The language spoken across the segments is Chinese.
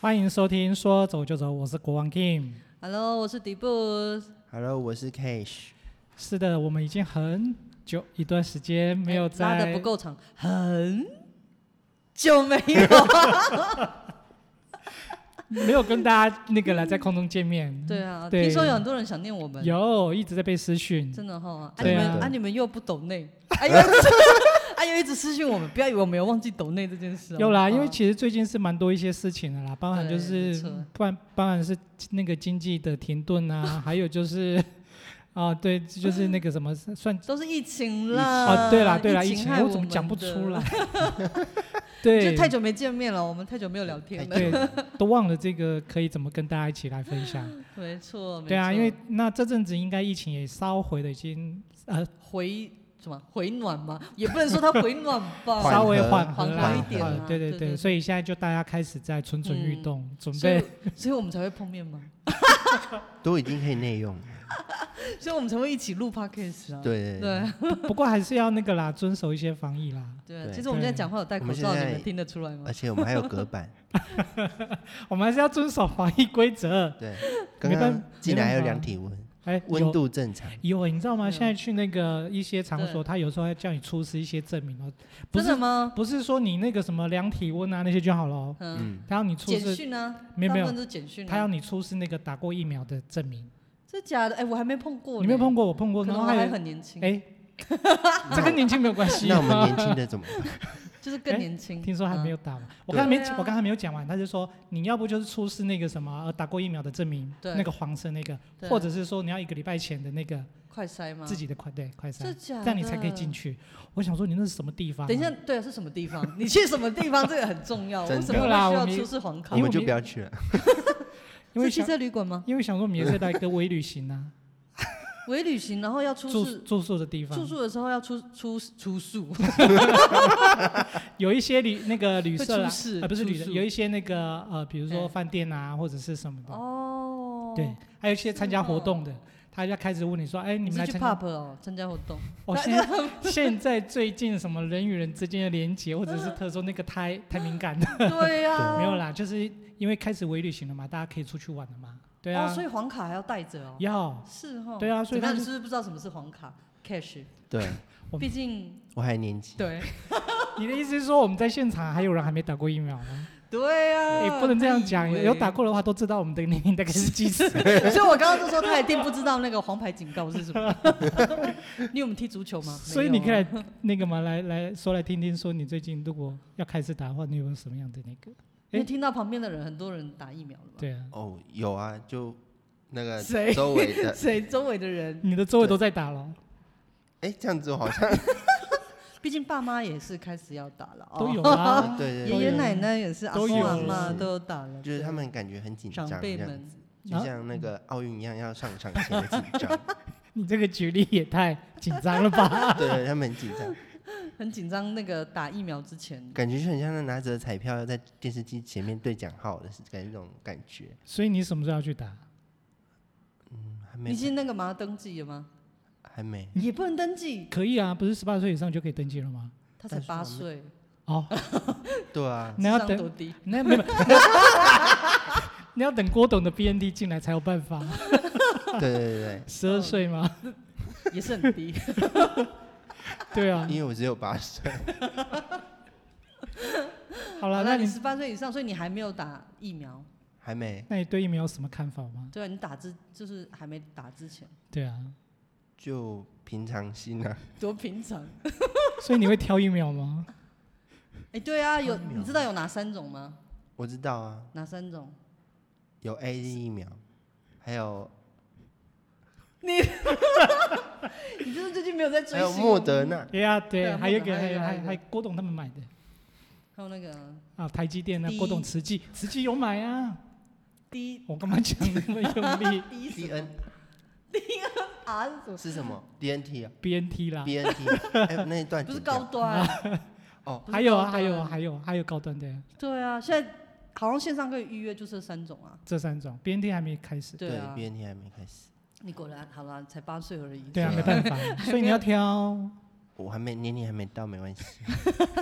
欢迎收听《说走就走》，我是国王 Kim。 Hello，我是迪布。 Hello，我是 Cash。是的，我们已经很久一段时间没有哎在、拉的不够长，很久没 有。没有跟大家那个来在空中见面。 对啊，对听说有很多人想念我们，有一直在被私讯，真的哈。啊，对你啊们啊，你们又不抖内， 哎呦，哎呦，一直私讯我们，不要以为我没有忘记抖内这件事哦。有啦，啊因为其实最近是蛮多一些事情的啦，包含就对没是错不然包含是那个经济的停顿 啊，还有就是 啊，对，就是那个什么算都是疫情啦。啊，对啦对啦，疫呃情情害我怎么们讲不的出来？？ 对， 就太久没见面了，我们太久没有聊天了。对， 都忘了这个可以怎么跟大家一起来分享。没错，没对啊，错因为那这阵子应该疫情也稍回的已经呃回什么回暖嘛，也不能说它回暖吧，缓稍微和缓和缓啦和一缓点和啦对对对，对所以现在就大家开始在蠢蠢欲嗯动，准所以备所以我们才会碰面嘛，都已经可以内用了。所以我们才会一起录 podcast 啊。对对 不过还是要那个啦，遵守一些防疫啦。对啊，对啊其实我们现在讲话有戴我口们罩，你现在们听得出来吗而？且我们还有 隔板。我们还是要遵守防疫规则。对，刚没办刚进来还有没办法量体温，哎，温度正常。有有，你知道吗？嗯现在去那个一些场所，对他有时候要叫你出示一些证明哦，不真的是吗？不是说你那个什么量体温啊那些就好了哦，嗯，嗯，他要你出简示，讯啊，没有大没有部分都是简讯啊。他要你出示那个打过疫苗的证明。这假的？哎，我还没碰过呢，你没有碰过，我碰过，可然能后我还还有很年轻，哎，这跟年轻没有关系。 那我们年轻嗯的怎么 办？就是更年轻。哎听说还没有，有打嘛？我刚才没对啊我刚才没有讲完，他就说你要不就是出示那个什么呃打过疫苗的证明，对那个黄色那个，对或者是说你要一个礼拜前的那个嗯快筛吗？自己的快对快筛这，假这的，样你才可以进。去。我想说你那是什么地方？等一下，，对啊，是什么地方？ 你去什么地方？这个很重要。为真的什么没有啦会我需们要出示黄我卡？们就不要去了。 因为是汽想车旅馆吗？因为想说我们也是来一个微旅行 啊，微旅行，然后要出住示住宿的地方住，宿的时候要出出出宿，有一些旅那个旅会社出啦，事啊不是旅住社，宿有一些那个呃比如说哎饭店啊或者是什么的，哦，对，，还有一些参加是活哦动的，他就开始问你说，哎，你你们是来去参加 pub 哦，参加活动， 哦，现在现在最近什么人与人之间的连接，或者是特殊那个 嗯太太敏感了，对啊呀，没有啦，就是因为开始微旅行了嘛，大家可以出去玩了嘛，对啊，哦，所以黄卡还要带着哦，要是哦，对啊所以怎么样他你就是不是不知道什么是黄卡 cash？对，我毕 竟我还年轻。对你的意思是说我们在现场还有人还没打过疫苗 吗？对啊呀，也、不能这样讲，他以为有打，过的话都知道我们的年龄大概是几岁。 所以我刚刚就说他一定不知道那个黄牌警告是什么。 你有没有踢足球吗？所以你没有啊可以来那个嘛，来来说来听听，说你最近如果要开始打的话，你有没有什么样的那个？因为听到旁边的人很多人打疫苗了吧？对啊，哦，有啊，就那个谁周围 的。谁周围的人，你的周围都在打了，哎，这样子我好像毕竟爸妈也是开始要打了，哦都有 啊。对对爷对，爷奶奶也是，阿都公有阿妈是都有打了，就是对他们感觉很紧张，长这辈样们。就像那个奥运一样要上场前的紧张。 你这个举例也太紧张了 吧？对对，他们很紧张，很紧张，那个打疫苗之前，感觉就很像那拿着彩票要在电视机前面对讲号的感觉那种感觉。所以你什么时候要去打？嗯，还你已没，经那个嘛登记了吗？还没。也不能登记，可以啊，不是十八岁以上就可以登记了吗？他才八岁，哦，对啊，那要智商等，多低？那 没有，你要等郭董的 BND 进来才有办法。对对 对十二岁吗？也是很低。对啊对，，因为我只有八岁，好好了，了，那你你十八岁以上，所以你还没有打疫苗，还没，那你对疫苗有什么看法吗？对啊，你打之就是还没打之前，对 啊，就平常心啊。多平常。所以你会挑疫苗吗？哎，对啊，有你知道有哪三种吗？我知道啊，哪三种？ 有 A D 疫苗，还有你就是最近没有在追还有星，哦莫德纳，对啊，对，啊还有一个，还还有一有个还还有一个还郭董他们买的还有那个啊，台积电啊，第一郭董慈济，慈济有买啊， D 我干嘛讲那么用 力 D 什 D 么 N R 是什么？是什么？D N T 啊？BNT 啦， ，B N T，还有那一段不剪是掉高端啊， 哦，不是还有高啊，端还有啊还有还有高端的对啊，现在好像线上可以预约，就这三种啊。这三种，BNT 还没开始。对啊， ，B N T 还没开始，你果然好啦，才八岁而已。对啊，所没以办法， 所以你要挑，我还没年龄还没到，没关系，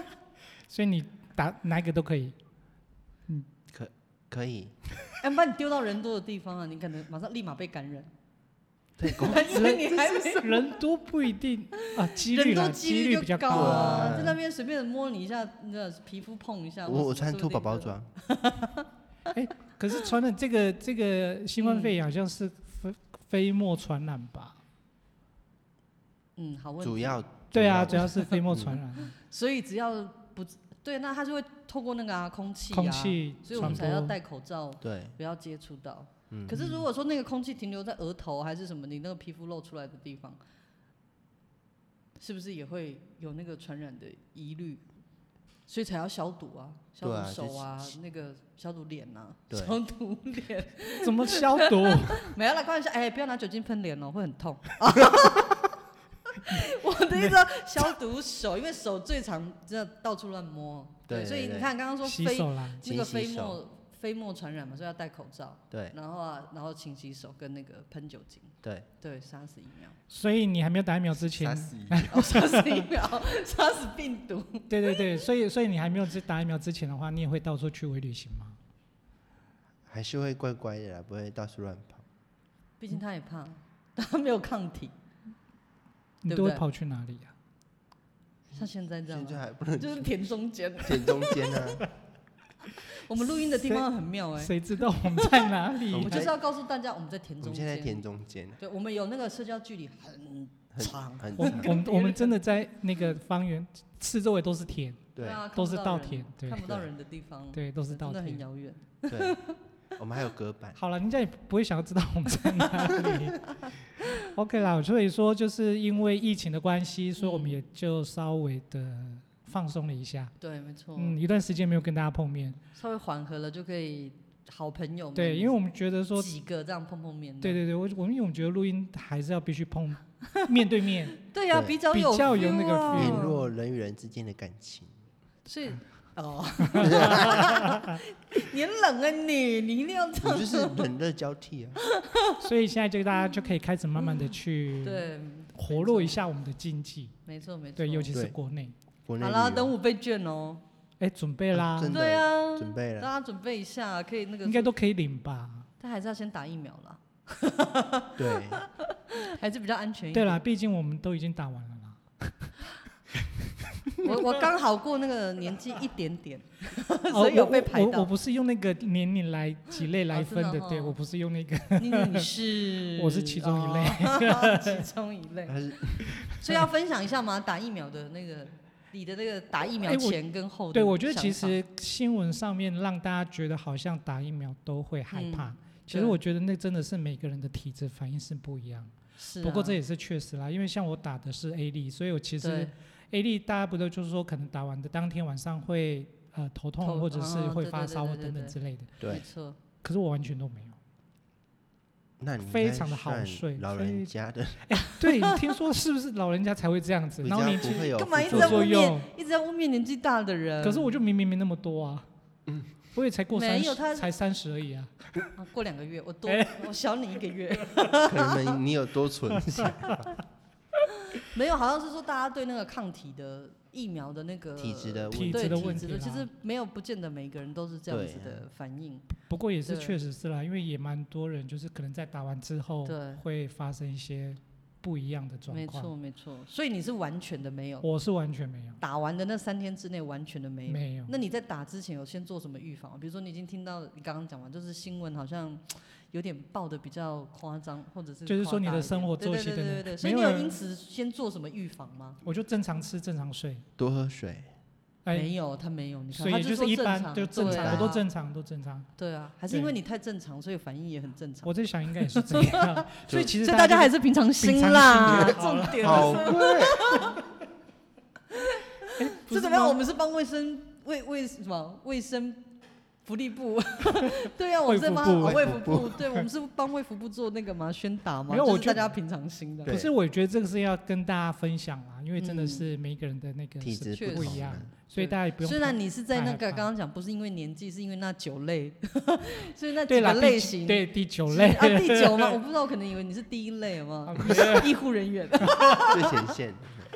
所以你打哪一个都可以。可以，哎，把你丢到人多的地方啊，你可能马上立马被感 染，对，公因为你还 没人多不一定啊，几率人啦，多几率就比较高啊。啊，对在那边随便摸你一下，你知道皮肤碰一下。我或我什么穿兔宝宝。说不定装，可是传染这个这个新冠肺炎好像是飞飞沫传染吧？嗯，好问题。主要对啊，主主要要是飞沫传 染，所以只要不对，那他就会透过那个啊空气啊，空气所以我传们才要播。戴口罩，对，不要接触到。嗯可是如果说那个空气停留在额头还是什么，你那个皮肤露出来的地方，是不是也会有那个传染的疑虑？所以才要消毒啊，消对啊毒手啊，那个消毒脸啊，对消毒脸。怎么消 毒？没有啦，开玩笑，哎、不要拿酒精喷脸哦，会很 痛。我的意思说消毒手，因为手最常真的到处乱摸，对所以对对你看刚刚说洗飞手啦，那个勤洗飞手沫飞沫传染嘛，所以要戴口罩，对然后啊，然后勤洗手跟那个喷酒精，对，对，杀死疫 苗，所以你还没有打疫苗之前杀，死一哦，杀死疫苗， 杀死病毒，对对对，所以所以你还没有打疫苗之前的话，你也会到处去微旅行吗？还是会乖乖的啦，不会到处乱跑。毕竟他也怕， 他没有抗体，你对不都会对跑去哪里啊呀、像现在这样现在啊、还不能 就是田中间，舔中间啊，我们录音的地方很妙哎、谁知道我们在哪我里啊 我们？就是要告诉大家我们在田我中们现在间。舔中间，对，我们有那个社交距离很很长，很 我长我们我们真的在那个方圆四周围都是田， 对啊，看都不是稻人田对看不到对人的地方，对，都是稻真的很田。遥远。对，我们还有隔 板，好了，人家也不会想要知道我们在哪里。OK 啦，所以说就是因为疫情的关系，所以我们嗯也就稍微的放松了一下。对，没错，嗯，一段时间没有跟大家碰面，稍微缓和了就可以好朋友们啊对，因为我们觉得说，几个这样碰碰面，对对对，我我们因为我们觉得录音还是要必须碰面对面， 对呀，对比较比有较有那个 feel 啊联络人与人之间的感 情。所以哦， 你很冷啊你，你一定要这你样就是冷热交替啊，所以现在就大家就可以开始慢慢的去嗯对，活络一下我们的经济，没错没错，对，尤其是对国内，国内好旅啦，游等我被卷哦，哎，准备啦，真的对啊，准备大家了，准备一下，可以那个应，该都可以领吧？但还是要先打疫苗啦，对， 还是比较安全一点对。啦，毕竟我们都已经打完了啦。我我刚好过那个年纪一点点， 所以有哦被排我我我到。不是用那个年龄来几类来分哦真的，的哦对我不是用那个，你你 是我是其中一类哦 其中一类。还是所以要分享一下吗？打疫苗的那个，你的那个打疫苗哎我前跟后的、 对我觉得其，实新闻上面让大家觉得好像打疫苗都会害怕，其实嗯对我觉得那真的是每个人的体质反应是不一样。是、啊、不过这也是确实啦，因为像我打的是 A 粒，所以我其实对 A 粒大家不都就是说可能打完的当天晚上会呃头痛头或者是嗯会对发对对烧或对等等对之类的，没对，错，可是我完全都没有。那你应非该常地好算睡老非人家的 对，听说是不是老人家才会这样子？比然后较年不轻，会有干嘛一副直副在作作污用，用蔑，一直在污蔑年纪大的人？可是我就明明没那么多啊，我也才过三没有十，他才三十而已啊。啊过两个月，我多、哎我小你一个月， 可能你有多存钱，没有，好像是说大家对那个抗体的疫苗的那个体质的体质问对题，的体问质题的，啦啊其实没有不见得每个人都是这样对子的反应，不过也是对确实是啦，因为也蛮多人就是可能在打完之后对会发生一些不一样的状没况。错没错，所以你是完全的没有。我是完全没有，打完的那三天之内完全的没有。没有那你在打之前有先做什么预防？比如说你已经听到你刚刚讲完，就是新闻好像有点报的比较夸张，或者是就是说你的生活夸大一作息点等对等对对对对，所以没你有有人因此先做什么预防吗？我就正常吃正常睡，多 喝水，哎，没有，他没有，你看所他以就是说一正般常就正对常，啊我都正常都正常。对啊，还是因为你太正常，所以反应也很正常。我在想应该也是这样， 所以其实所以大家还就是平常心平常啦，心就好 重了点好是贵，不这是怎么样？吗我们是帮卫生卫卫什么卫生福 利部？对呀、我们在帮卫福部哦卫卫福福部，对，我们是帮卫福部做那个嘛宣达嘛，没有就我是觉大得家平常心的。对可是我觉得这个是要跟大家分享啊啦，因为真的嗯是每一个人的那个体是质确实不同一样啊，所以大家也不用虽怕然你是在那太害个怕刚刚讲，不是因为年纪，是因为那九类， 所以那对几啦，第个类九型， 对第九是类啊啊，第九嘛，我不知道，我可能以为你是第一类，好不好？医护人员，最前线，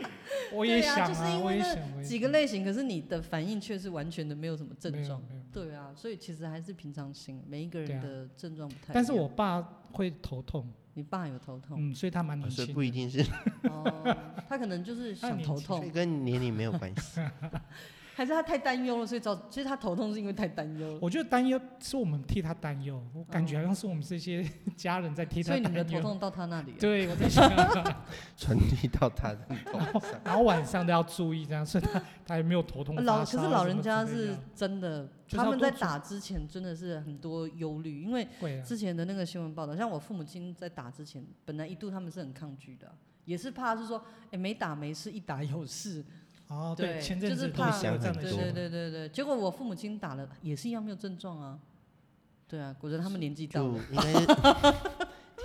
我也对啊想就是因为我也那想，我也几个想类型，可是你的反应却是完全的没有什么症嗯没有状。没有对啊，所以其实还是平常心，每一对个人啊的症状不太一样。但是我爸会头痛，你爸有头痛嗯，所以他蛮 年啊所轻以的。不一定是，嗯哦，他可 能就是他想年头轻所以痛，跟年龄没有关系。还是他太担忧了，所以造其实他头痛是因为太担忧了。我觉得担忧是我们替他担忧，我感觉哦好像是我们这些 家人在替所他以你担的头忧。痛到他那里了，对，我在想，传递到他的头然后上。然后晚上都要注意，这样，所以他他也没有头痛呃发烧什么老可之是类的。老人家是真的，就是他要们多在注打之前真的是很多忧虑，因为会啊，之前的那个新闻报道，像我父母亲在打之前，本来一度他们是很抗拒的，也是怕是说，哎、没打没事，一打有事。哦，对前就阵是子都怕是有这样的太对新多对闻，对对对，结果我父母亲打了也是一样没有症状啊。对啊，果然他们年纪到就了，应 该是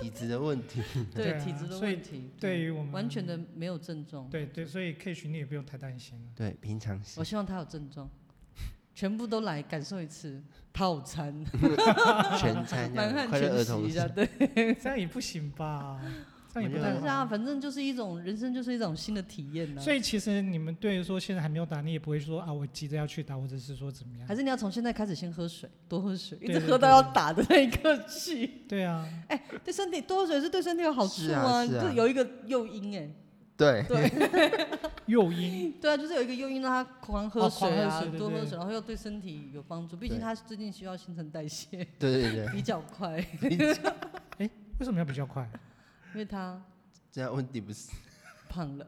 体质的问题。对啊体质的所以问题，对于我们完全的没有症状。对对，所以 K 群你也不用太担 心了。对，平常我心。希望他有症状，全部都来感受一次套 餐，全餐这满样汉快乐全儿席童一下，节，对。这样也不行吧？这样也我不觉太得但是好。啊，反正就是一种人生，就是一种新的体验啊呐、所以其实你们对于说现在还没有打，你也不会说啊，我急着要去打，或者是说怎么样还？是你要从现在开始先喝水，多喝水，一对直对喝到对要对打的那一刻起。对啊， 对身体多喝水是对身体有好处是啊你是啊就有一个诱因哎，对，诱因对啊，就是有一个诱因让他狂喝哦狂水喝啊，水对多喝对水，然后又对身体有帮助。毕竟对他最近需要新陈代谢对对对，比较快， 为什么要比较快？因为他这样问题 不是胖了。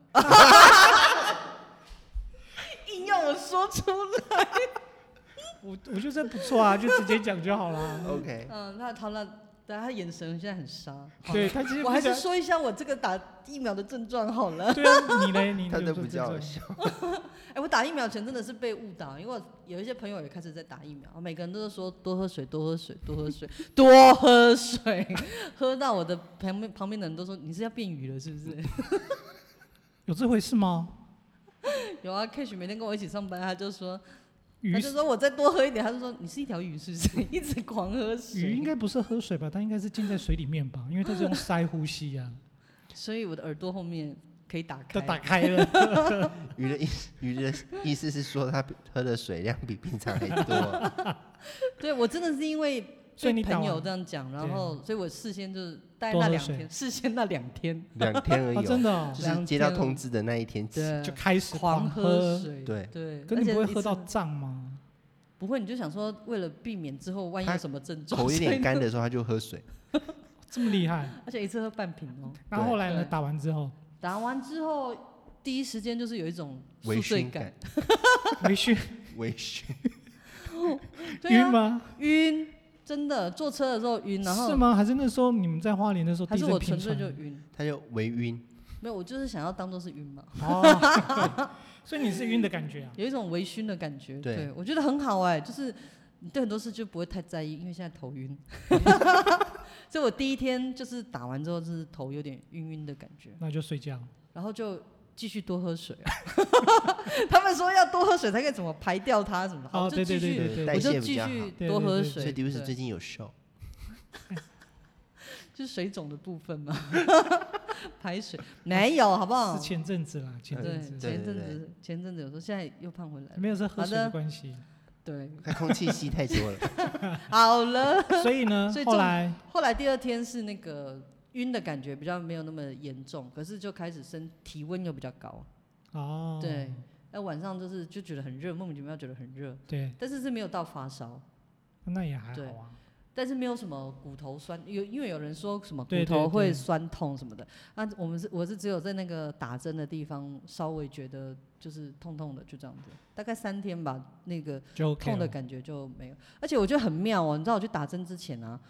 硬要我说出来，我我觉得这不错啊，就直接讲就好 啦。 OK。嗯，那好了，但他眼神现在很杀。好对了，他其实我不还是想说一下我这个打疫苗的症状好了。对啊，你 嘞，你他有都做不这叫种我笑，哎、我打疫苗前真的是被误导，因为我有一些朋友也开始在打疫苗，每个人都是说多喝水，多喝水，多喝水，多喝水，喝到我的旁边旁边的人都说你是要变鱼了是不是？有这回事吗？有啊，Cash 每天跟我一起上班，他就说他鱼就说我再多喝一点，他就说你是一条鱼是不是？ 一直狂喝鱼应水，该不是喝水吧？它应该是浸在水里面吧？因为它 是用鳃呼吸呀、所以我的耳朵后面可以打都。开打开了。鱼的意思鱼的意思是说他喝的水量比平常还 多，对我真的是因为所以被你打朋友完这样讲，然对啊后所以我事先就是大概多那喝两水天，事先那两天两天而啊，已真哦，的、哦就两是接到天通知的那一天起。对就开始狂喝喝。水，对对，可而你且不会一喝到次胀吗？不会，你就想说，为了避免之后万一有他什么症状，口有所以点干的时候他就喝水，这么厉害？而且一次喝半瓶哦。然后后来呢？对打完之 后，打完之后，第一时间就是有一种宿微醉醺感感，，回去微醺。对晕啊，吗？晕，真的坐车的时候晕，然是后吗？还是那时候你们在花莲的时候还地是震我频纯粹传？就晕，他就微晕，没有，我就是想要当做是晕嘛， 哦，所以你是晕的感觉啊？有一种微醺的感觉。对对，我觉得很好哎，就是你对很多事就不会太在意，因为现在头 晕。所以我第一天就是打完之后，就是头有点晕晕的感觉。那就睡觉。然后就继续多喝水、啊。他们说要多喝水才可以怎么排掉它，什么的好哦，就对继对对续，对对我代对，就谢比继较好续多喝对对对水。所以迪维斯对最近有瘦，就是水肿的部分嘛，排水没有，好不好是？前阵子啦，前对阵，子。前阵对对子前阵子有时候现在又胖回来了。没有是喝水好的的关 系，对，他空气吸太多 了。好了。所以呢所以，后重来后来第二天是那个晕的感觉比较没有那么严重，可是就开始身体温又比较高。哦，对，那晚上就是就觉得很热，莫名其妙觉得很热，对，但是是没有到发烧。那也还好对啊。但是没有什么骨头酸，有因为有人说什么骨对对头会对酸痛什么的，那我们是我是只有在那个打针的地方稍微觉得就是痛痛的，就这样子，大概三天吧，那个就 OK 痛的了。感觉就没有。而且我觉得很妙哦，你知道我去打针之前啊，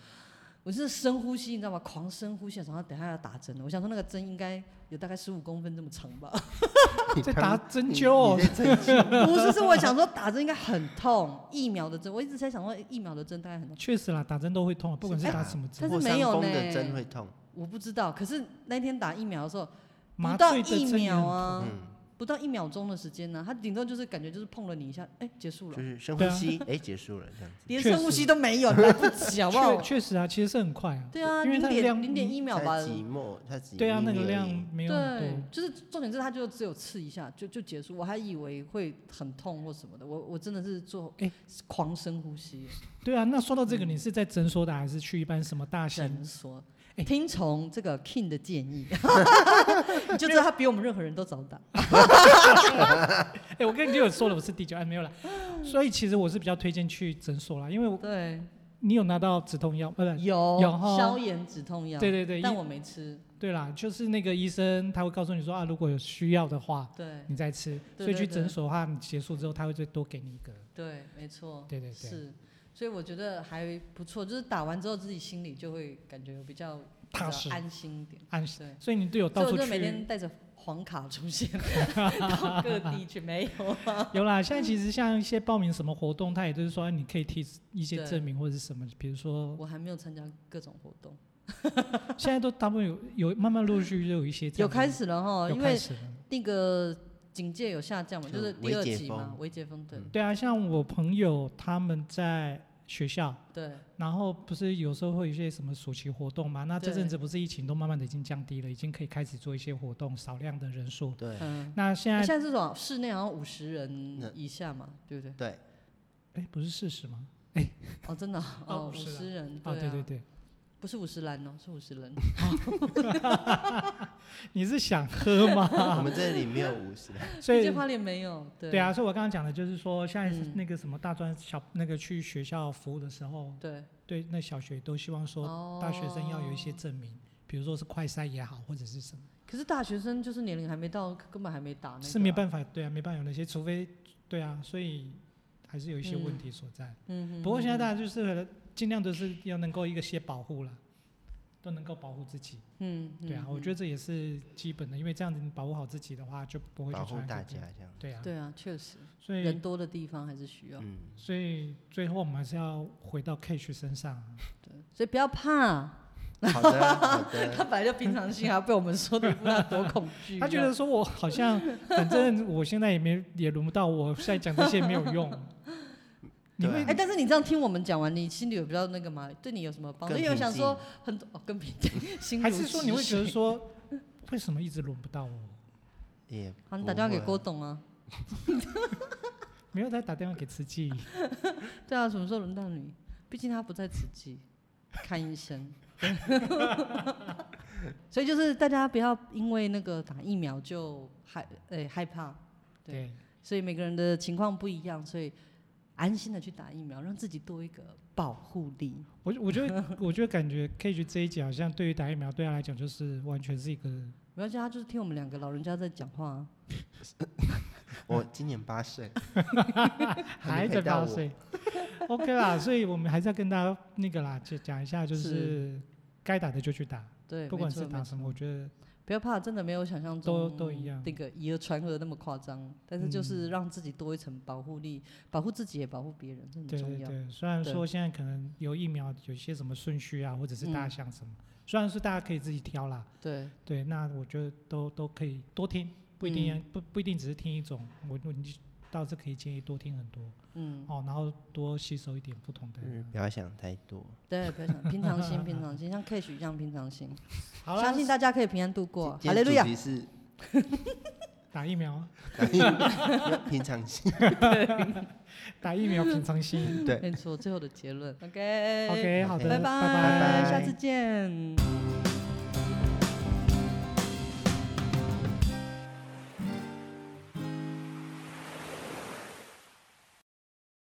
我是深呼吸，你知道吗？狂深呼吸，然后等一下要打针了，我想说那个针应该有大概十五公分这么长吧， 你在打刚针你灸哦你在针灸，不是，是我想说打针应该很痛，疫苗的针，我一直在想说疫苗的针大概很痛。确实啦，打针都会痛，啊不管是哎打什么针但，破是没有伤风呢的针会痛，我不知道，可是那天打疫苗的时候，麻不到醉的疫针也苗很啊，嗯，不到一秒钟的时间呢、他顶多就是感觉就是碰了你一下，哎、结束了就，是深呼对啊吸，哎，结束了这样子。连确深呼实吸都没有，来不及好不好确？确实啊，其实是很快啊。对啊，因为零它的点量零点一秒吧才，几墨，它几对啊，那厘个米而量已没有很对多，，就是重点是他就只有刺一下就就结束，我还以为会很痛或什么的，我我真的是做哎狂深呼吸，对啊。那说到这个，嗯你是在诊所打还是去一般什么大型？伸缩哎。听从这个 King 的 建议，你就知道他比我们任何人都早打。哎，我跟你就有说了，我是第九，哎，没有啦。嗯 所以其实我是比较推荐去诊所啦，因为我对，你有拿到止痛药，呃不有有哈消炎止痛药，对对对但因我没吃。对啦，就是那个医生他会告诉你说啊，如果有需要的话，对你再吃。所对以对去对诊所的话，你结束之后他会再多给你一个。对，没错，对对对，是。所以我觉得还不错，就是打完之后自己心里就会感觉比较比踏较实安心一点。按时。对，所以你队友所以到我处就每去。天带着黄卡出现 到各地去，没有啊？有啦，现在其实像一些报名什么活动，他也就是说你可以提一些对证明或者是什么，比如说我还没有参加各种活动，现在都大部分有有慢慢陆续就有一些这样有的开始了哈，有因开为始了。那个警戒有下降嘛，就就是第微二解级嘛，封微解封，对嗯对啊，像我朋友他们在学校，对然后不是有时候会有一些什么暑期活动嘛？那这对阵子不是疫情都慢慢的已经降低了，已经可以开始做一些活动，少量的人数。对嗯。那现 在现在这种室内好像五十那人以下嘛，对不对？ 对，哎，不是事实吗？哦，真的啊哦哦，五50人十人，啊，对啊对对，不是五十岚哦，是五十人。你是想喝我吗？ 们这里没有五十，所以毕竟花莲没有，对对，啊，所以我刚刚讲的就是说，现在嗯那个什么大专小那个去学校服务的时候，对，对那小学都希望说哦大学生要有一些证明，比如说是快筛也好，或者是什么，可是大学生就是年龄还没到，根本还没打那个啊、是没办法，对啊，没办法有那些，除非对啊，所以还是有一些问嗯题所在。嗯哼。不过现在嗯大家就是尽量都是要能够一个些保护了，都能够保护自己。嗯，对啊，我觉得这也是基本的，因为这样子你保护好自己的话，就不会去保护传染大给别家人。这样。对啊得，对啊，确实，所人以多的地方还是需要。嗯，所以最后我们还是要回到 K 区身上啊。对，所以不要怕。嗯好的好他 的，本来就平常心，还被我们说的不知道多恐惧。他觉得说我好像，反正我现在也没也轮不到我，现在讲这些没有 用。你对会哎、但是你这样听我们讲完，你心里有比较那个吗？对你有什么哦帮助？更因为我想平说很多哦，更平静，啊心如还是说你会止觉得水？说，为什么一直轮不到我？也好，你不打电话给会郭董啊。没有在打电话给慈济，对啊，什么时候轮到你？毕竟他不在慈济，看医生。 所以就是大家不要因为那个打疫苗就害诶、害怕， 对对，所以每个人的情况不一样，所以安心的去打疫苗，让自己多一个保护力。我我觉得，我就感觉 K 局这一集好像对于打疫苗对他来讲就是完全是一个，没关系，啊他就是听我们两个老人家在讲话、啊。我今年八岁， 还可以在到八我 岁。OK 啦，所以我们还是要跟大家那个啦，就讲一下，就是该打的就去打，对，不没管错是打没什么，我觉得错不要怕，真的没有想象都中都一样嗯那个以讹传讹那么夸张。但是就是让自己多一层保护力，保护自己也保护别人，这很对重对要。对。虽然对说现在可能有疫苗有一些什么顺序啊，或者是大家嗯想什么，虽然说大家可以自己挑啦，对对，那我觉得都都可以多听，不一定、嗯不不一定只是听一种，我我你倒是可以建议多听很多嗯。哦，然后多吸收一点不同的。嗯，不要想太多。对，不要想平常心，平常心，像 Cash 一样平常心，好啦相信大家可以平安度过。今好今嘞，路天亚主，题是打疫苗，打疫苗要 平 常心，打疫苗平常 心。对。没错，最后的结论。OK， OK，好的，拜拜拜，下次见。